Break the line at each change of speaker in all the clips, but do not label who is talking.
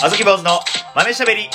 あずき坊主の豆しゃべり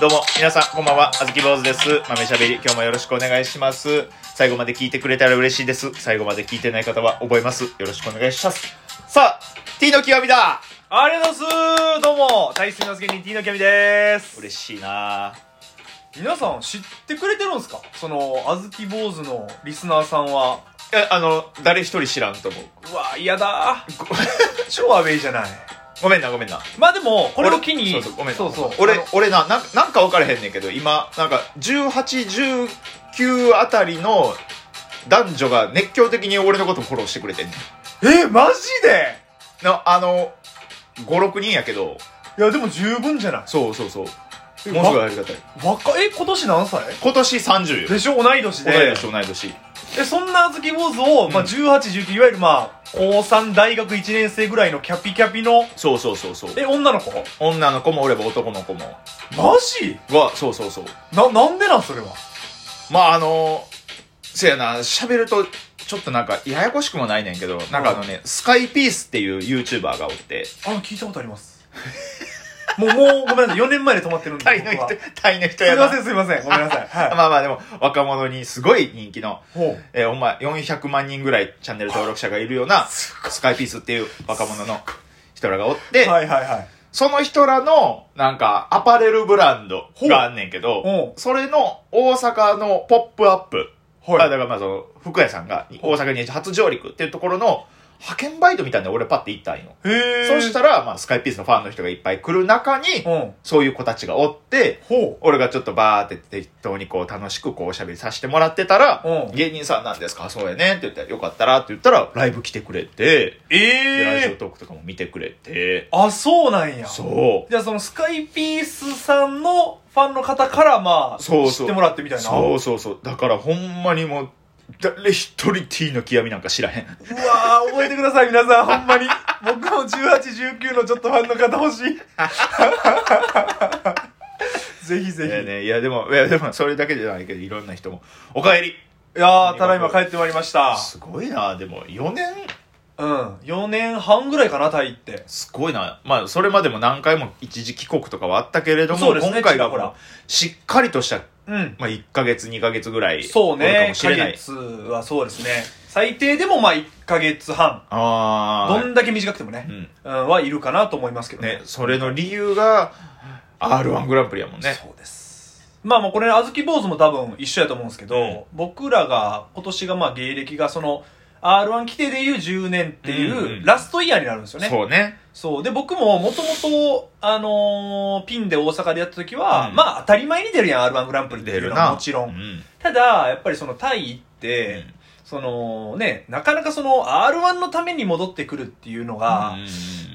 どうも皆さんこんばんはあずき坊主です豆しゃべり今日もよろしくお願いします最後まで聞いてくれたら嬉しいです最後まで聞いてない方は覚えますよろしくお願いしますさあ T の極みだ
ありがとうございますどうも大好きなすけに T のキャミです
嬉しいな
皆さん知ってくれてるんですかそのあずき坊主のリスナーさんは
えあの誰一人知らんと思う
うわ嫌だー超アウェイじゃない
ごめんなごめんな
まあでもこれを機に
俺そうそうごめんな
そうそうあ
俺
の
俺ななんなんか分からへんねんけど今なんか1819あたりの男女が熱狂的に俺のことフォローしてくれてんねん
えマジで
なあの56人やけど
いやでも十分じゃない
そうそうそう
え
もうすぐありがたい
若え今年何歳
今年30よ
でしょ同い年
同
で
い年同い年
えそんなあずき坊主を、まあ、
うん
1819いわゆるまあ高3大学1年生ぐらいのキャピキャピの
そうそうそうそう
え女の子マ
女の子もおれば男の子も
ジ
はそうそうそう
ななんでなんそれは
まああのせやな喋るとちょっとなんかややこしくもないねんけどなんかあのねスカイピースっていう YouTuber がお って
あ聞いたことありますもうもうごめんなさい4年前で止まってるんで
タイの
僕
人
はす
タイの人や
い
な
ませんすいませんごめん なさい、はい、
まあまあでも若者にすごい人気の、
ほう
えー、ほんま400万人ぐらいチャンネル登録者がいるようなスカイピースっていう若者の人らがおって、
はいはいはい
その人らの、なんか、アパレルブランドがあんねんけど
ほ、
それの大阪のポップアップ。
はい
あだからまあその、福屋さんが大阪に初上陸っていうところの派遣バイトみたいなの俺パッて行ったんよ。
へえ
そうしたら、まあスカイピースのファンの人がいっぱい来る中に、
うん
そういう子たちがおって、
ほ
俺がちょっとバーって適当にこう楽しくこうおしゃべりさせてもらってたら
う、ん
芸人さんなんですかそうやねんって言ったら、よかったらって言ったら、ライブ来てくれて、
う
でラジ
え
オ
え
トークとかも見てくれて、
あそうなんや
そう。
じゃあそのスカイピースさんのファンの方からまあ
そうそう
知ってもらってみたいな
そうそうそう。だからほんまにもう、誰一人 T の極みなんか知らへん。
うわー、覚えてください、皆さん、ほんまに。僕も18、19のちょっとファンの方欲し い。ぜひぜ
いや
ひ。
ね、いやでも、いやでもそれだけじゃないけど、いろんな人も。おかえり
いやー、ただいま帰ってまいりました。
すごいな、でも4年
うん。4年半ぐらいかな、タイって。
すごいな。まあ、それまでも何回も一時帰国とかはあったけれど
そ
も、
うですね
今回が
ちらほら
もうしっかりとした、
うん。
まあ1ヶ月、2ヶ月ぐらい。
そう
おるか
ね
も。し
ヶ
れない。
月はそうですね。最低でもまあ1ヶ月半。ど
あ
んだけ短くてもね
あ。う。ん。
うん、はいるかなと思いますけど
ね、それの理由が、R1 グランプリやもんね。
そうですまあもうこれねあずき坊主も多分一緒やと思うんですけど、
うん
僕らが今年がまあ芸歴がその r 1規定でいう10年って
うんう
い
ん
うラストイヤーになるんですよね、
そうね。
そうで僕ももともとあのーピンで大阪でやった時は、
うん
まあ当たり前に出るやん r 1グランプリって
出
いう
る
のは
な。
もちろん、
うん。
ただやっぱりそのタイ行って、
うん
そのねなかなかその r 1のために戻ってくるっていうのが、
うん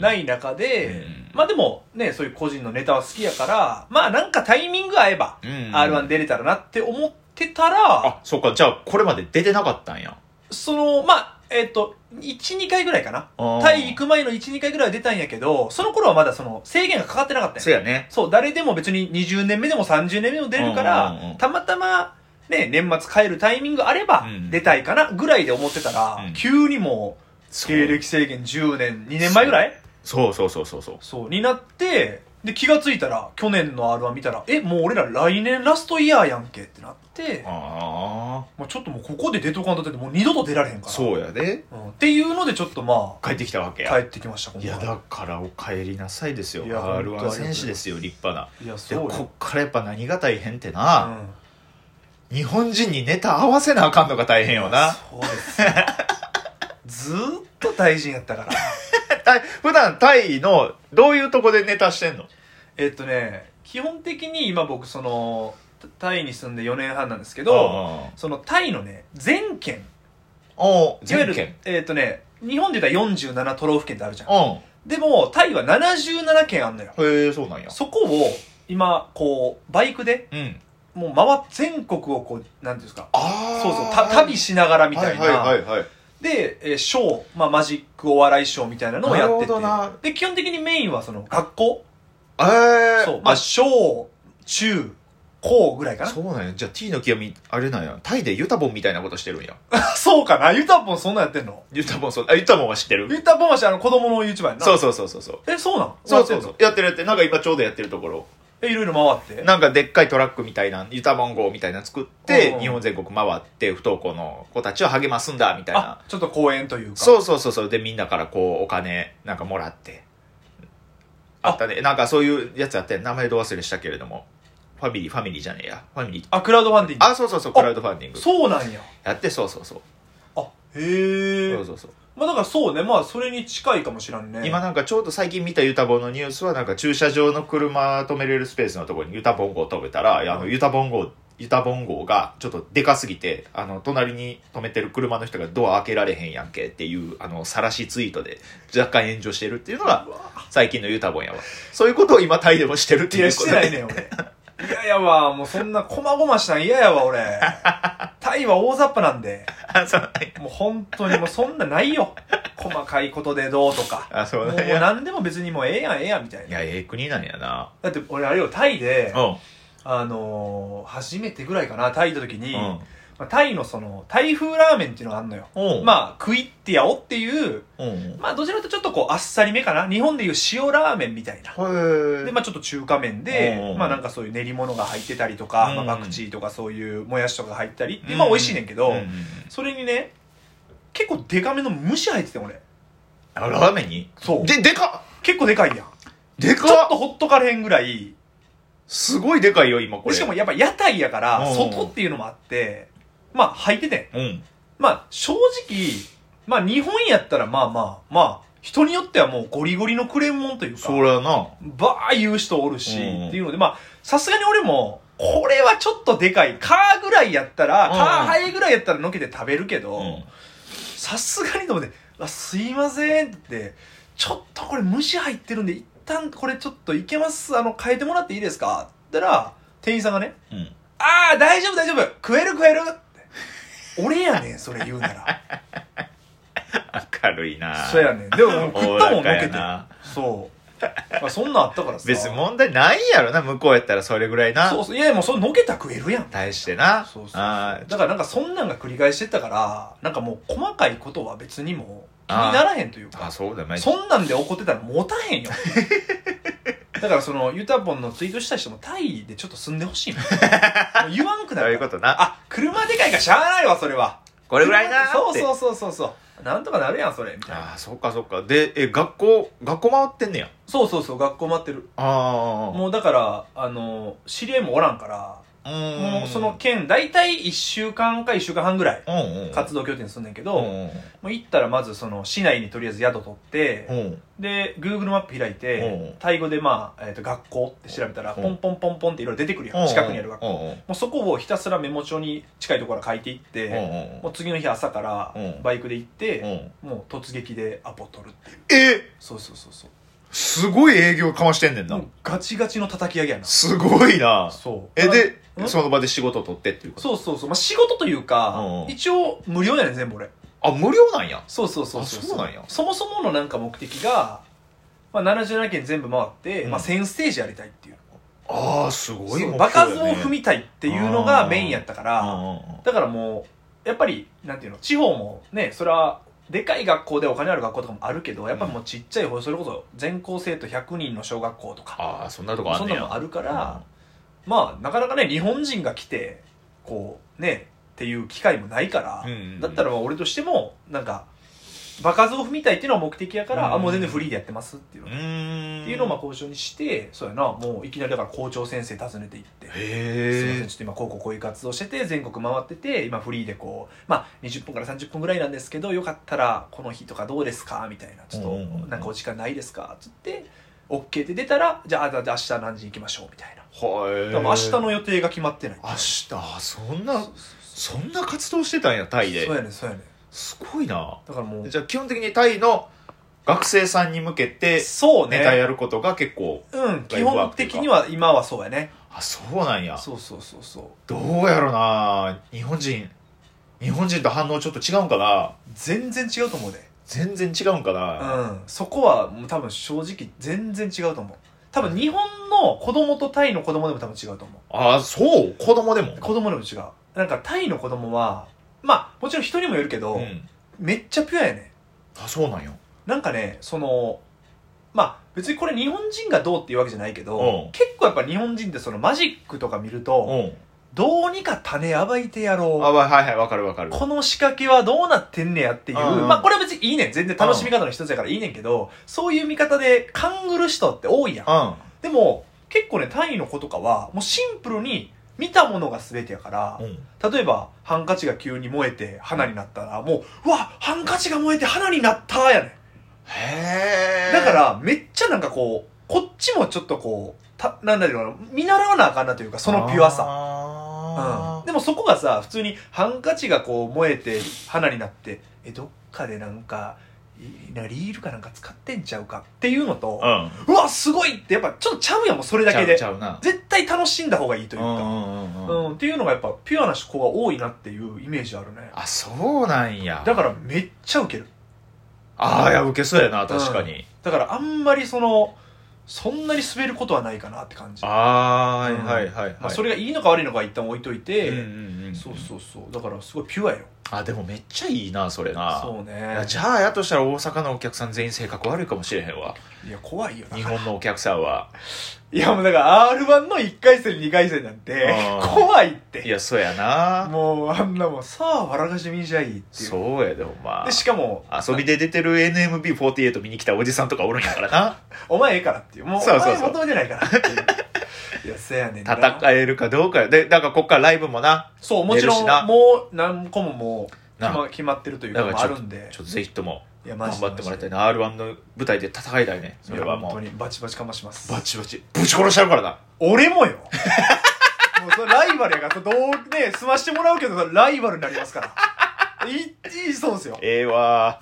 ない中で、
うん
まあでもね、そういう個人のネタは好きやから、まあなんかタイミング合えば、
うん
R1 出れたらなって思ってたら、
あ、そうか、じゃあこれまで出てなかったんや。
その、まあ、えっ、と、1、2回ぐらいかな。タイ行く前の1、2回ぐらいは出たんやけど、その頃はまだその制限がかかってなかったん
そう
や。
やね。
そう、誰でも別に20年目でも30年目でも出れるか
うんうんう
ら
ん、
たまたま、ね、年末帰るタイミングあれば
うん、
出たいかなぐらいで思ってたら、
うん
急にもう、芸歴制限10年、2年前ぐらい
そうそうそうそうそう。
そう、になって、で、気がついたら、去年の R1 見たら、え、もう俺ら来年ラストイヤーやんけってなって、
あ
まあ、ちょっともうここで出とかんとだってもう二度と出られへん
あ。
から。
そうやで。
うんっていうので、ちょっとまあ、
帰ってきたわけや。
帰ってきました、今
い
回
や、だからお帰りなさいですよ。
いや本当
R1 選手ですよ、
あ
立派な。
いや、
で
そうよ。
こっからやっぱ何が大変って
う
な、
ん
日本人にネタ合わせなあかんのが大変よな。
そうですよ。ずーっと大臣やったから。
タイ普段タイのどういうとこでネタしてんの
えっとね、基本的に今僕、その、タイに住んで4年半なんですけど、
ど
そのタイのね、全県。
おう
いわゆ
全
る
県。、
えっとね、日本で言ったら47都道府県ってあるじゃん
う。ん。
でも、タイは77県あんのよ。
へえ、そうなんや。
そこを、今、こう、バイクで、
うん。
もう回っ、全国をこう、なんていうんですか、
ああ。
そうそう、た旅しながらみたいな。
はいはいはいはい。
で、えーショー、まあ、マジックお笑いショーみたいなのをやって
なるほどな
て。で、基本的にメインはその、学校。
ええ。
そう、まあ、小、中、こうぐらいかな
そうなんや。じゃあ T の極み、あれなんや。タイでユタボンみたいなことしてるんや。
そうかなユタポンそんなんやってんの
ユタボン、そう、あ、ユタボンは知ってる
ユタポンはしあの子供の YouTuber やんな。
そうそうそうそうそう。
え、そうなん。
そうそうそうう。やってるやってる。なんか今ちょうどやってるところ。
え、いろいろ回って。
なんかでっかいトラックみたいな、ユタボン号みたいなの作って、
うん
日本全国回って、不登校の子たちを励ますんだ、みたいな
あ。、ちょっと公演というか。
そうそうそうそう。で、みんなからこう、お金、なんかもらって。あったね。なんかそういうやつあって、名前ど忘れしたけれども。ファミリー、ファミリーじゃねえや。ファミリー。
あ、クラウドファンディング。
あ、そうそうそう、クラウドファンディング。
そうなんや。
やって、そうそうそう。
あ、へえ
そう。そうそう。
まあだからそうね、まあそれに近いかもしらんね。
今なんかちょうど最近見たユタボンのニュースはなんか駐車場の車止めれるスペースのところにユタボン号を止めたら、いやあのユタボン号、ユタボン号がちょっとでかすぎて、あの、隣に止めてる車の人がドア開けられへんやんけっていう、あの、晒しツイートで若干炎上してるっていうのが
うわ
最近のユタボンやわ。そういうことを今タイでもしてるって
い
いう
や、
こ
し
と
て
で
ないねん、俺。嫌やわ、もうそんな、こまごましたん嫌やわ、俺。タイは大雑把なんで。
あ、そう
もう本当にもうそんなないよ。細かいことでどうと か。
あ、そ
も
う
う
なんや。
何でも別にもうええやん、ええやん、みたい
い
な。
や、ええ国なんやな。
だって俺あれよ、タイで、
う
あのー初めてぐらいかな、タイ行った時に、
ん。うん。
まあ、タイのその、タイ風ラーメンっていうのがあんのよ。
うん。あ、
まあ、クイッティアオっていう、
うん。
まあ、どちらかというとちょっとこう、あっさりめかな。日本でいう塩ラーメンみたいな。
へ
で、
え。
まあ、ちょっと中華麺
うんう
で
ん、
まあ、なんかそういう練り物が入ってたりとか、
うん
まあ、パクチーとかそういうもやしとかが入ったり
う
で、
ん
まあ、美味しいねんけど、
うんうんうん
それにね、結構デカめの蒸し入ってて、俺。
あラーメンに
そう。
で、でかっ
結構でかいやん。
で
ちょ
か
っ
っ
とほっとかれへんぐらい。
すごいでかいよ、今こ
で
れ。
しかもやっぱ屋台やから、
うん
外っていうのもあって、まあ、入っててん。
うん。
まあ、正直、まあ、日本やったら、まあまあ、まあ、人によってはもうゴリゴリのクレームもんというか
そ、りゃな。
ばー言う人おるし、
うん
っていうので、まあ、さすがに俺も、これはちょっとでかい。カーぐらいやった
う
ら、
ん
カーハイぐらいやったらのけて食べるけ
う
ど
ん、。
さすがにでもね、あすいませんって、ちょっとこれ虫入ってるんで、一旦これちょっといけます。あの、変えてもらっていいですかって言ったら、店員さんがね、
うん。
ああ、大丈夫大丈夫食える食えるって俺やねん、それ言うなら。
明るいな。
そうやね ん。でも、食ったもん、の
大らか
け
や
て。
な
そう。まあ、そんなんあったからさ。
別に問題ないやろな、向こうやったらそれぐらい
そ
な
う。そう。いやいや、もう、それのけたら食えるやん。
対してな。
そうそうそう
あー
だから、なんか、そんなんが繰り返してったから、なんかもう、細かいことは別にもう、気にならへんという
あ、
か、
そうだね。
そんなんで怒ってたら持たへん よ。だから、その、ユタボンのツイートした人も、タイでちょっと住んでほしい もんもう言わんくな
そういう
るか
こ
ら。
とな。
あ、車でかいからしゃあないわ、それは。
これぐらいなーって。
そうそうそうそうそう。なんとかなるやん、それ、みたいな。
あー、そっかそっか。で、え、学校、学校回ってんねや。
そうそうそう、学校待ってる。
ああ。
もうだから、あの、知り合いもおらんから、
うーん。
もうその県、大体1週間か1週間半ぐらい、
うんうん。
活動拠点すんねんけ
動
ど、
う
も
ん
う行ったらまずその、市内にとりあえず宿取って、
うん。うん。
で、Google マップ開いて、
うん
タイ語でまあ、えっ、と、学校って調べたら、
うん
ポンポンポンポンっていろいろ出てくるやん、近くにある学校。
校。
もうそこをひたすらメモ帳に近いところから書いていっ
うんうん
て、
うん
もう次の日朝から
うん
バイクで行って、
うん。
もう突撃でアポ取るっていう。
え
そうそうそうそう。
すごい営業かましてんねんな
もう。ガチガチの叩き上げやな。
すごいな。
そう。
え、で、
うん
その場で仕事を取ってっていうこと
そうそうそう。まあ、仕事というか、
うんうん
一応無料やねん、全部俺。
あ、無料なんや。
そうそうそうそう。
あそうなんや
そもそものなんか目的が、まあ、77件全部回って、
うん
まあ、1000ステージやりたいっていう。
ああ、すごい
そ
目
う
標
場数を
やね
踏みたいっていうのがメインやったか
うん
ら、だからもう、やっぱり、なんていうの、地方もね、それは、でかい学校でお金ある学校とかもあるけど、やっぱりもうちっちゃい方、それこそ全校生徒100人の小学校とか、
ああ、そんなとこあ
そ
ん
ん
ね
な
や。
のあるから、まあ、なかなかね、日本人が来て、こう、ね、っていう機会もないから、
うんうんうん
だったらまあ俺としても、なんか、場数を踏みたいっていうのは目的やから、
うんうん
あ、もう全然フリーでやってますっていう
う
の。
ーん。
っていうのをまあ交渉にして、そうやな、もういきなりだから校長先生訪ねていって。すいませ
へ
ん
え
ちょ。っと今こうこうこういう活動してて全国回ってて今フリーでこうまあ20分から30分ぐらいなんですけどよかったらこの日とかどうですかみたいなちょっ
うんうんう
と
ん
なんかお時間ないですかつって OK って出たらじゃああじゃあ明日何時に行きましょうみたいな
はい。
でも明日。の予定が決まってない
明日、そん
そう
な、そんな活動してたんや、タイで
そう。やねんそうやねん
すごいな。
だからもう
じゃあ、基本的にタイの学生さんに向けて、
そう
ネタ
ね
やることが結構、
うん
ライ
基
フワー
本
クというか
的には今はそうやね
あ、そうなんや。
そうそうそうそう
どうやろな。日本人、日本人と反応ちょっと違うんかな。
全然違うと思うで
全然違うんか
う
な。
んそこはもう多分正直全然違うと思う多分日本の子供とタイの子供でも多分違うと思
ああ、そう子供でも
う。子供でも違うなんかタイの子供はまあもちろん人にもよるけど、
うん。
めっちゃピュアやね
あ、そうなんよ。
なんかねそのまあ別にこれ日本人がどうっていうわけじゃないけ
う
ど
ん
結構やっぱ日本人ってそのマジックとか見ると
うん。
どうにか種暴いてやろう
あ、わはいはい、わかるわかる。
この仕掛けはどうなってんねやっていう、
うんうん
まあこれは別にいいねん。全然楽しみ方の一つやからいいねんけど、そういう見方で勘ぐる人って多いやん。
う
でも、結構ね、単位の子とかは、もうシンプルに見たものが全てやから、
ん。うん。
例えば、ハンカチが急に燃えて花になったら、もう、うわハンカチが燃えて花になったやね
へえ。
ん。だか、ら、めっちゃなんかこう、こっちもちょっとこう、たなんだろうな、見習わなあかんなというか、そのピュアさ。
あー
でもそこがさ普通にハンカチがこう燃えて花になってえどっかでなんかいなリールかなんか使ってんちゃうかっていうのと、
う。
うんわすごいってやっぱちょっとちゃうやんもうそれだけで
ちゃうちゃうな。
絶対楽しんだ方がいいという
うんうん
か、う
うんうん。
ん、っていうのがやっぱピュアな子が多いなっていうイメージあるね
あ、そうなんや。
だからめっちゃウケる
ああ、いや、受けそうやな、確かに。
だからあんまりそのそんなに滑ることはないかなって感じ
ああ、
うん
はいはいはいはい。
まあ、それがいいのか悪いのかは一旦置いといて、
うんうんうん。
そうそうそうだからすごいピュアよ
あ、でもめっちゃいいな、それな。
そう
い
ね
やじゃあやとしたら大阪のお客さん全員性格悪いかもしれへんわ
いや怖いよな
日本のお客さんはい
やもうだから R1 の1回戦2回戦なんて
あー
怖いっ
い
て
やそうやな
もうあんなもんさあ笑かしみじゃいいっていう
そうやでお前
でしかも
遊びで出てる NMB48 見に来たおじさんとかおるんやからな
お前ええからっていうもう
そうそう
お
そう
前求めてないからっていういやせや ねんな
戦えるかどうかよでだからこっからライブもな
そうもちろ
出るし
ん
な
もう何個ももう決
な
ま決まってるという
だ
か
から
もう
ちょ
あ
っ
る
と
んで
ちょっとぜひとも
いやマ
頑
ジで
張ってもらいたいな r 1の舞台で戦いたいねそ
い
れ
や
は
本
も
当
う
にバチバチかまします
バチバチぶち殺してやるからな
俺もよ もうそれライバルやからどうね済ましてもらうけどライバルになりますからいいいそうですよ
ええわ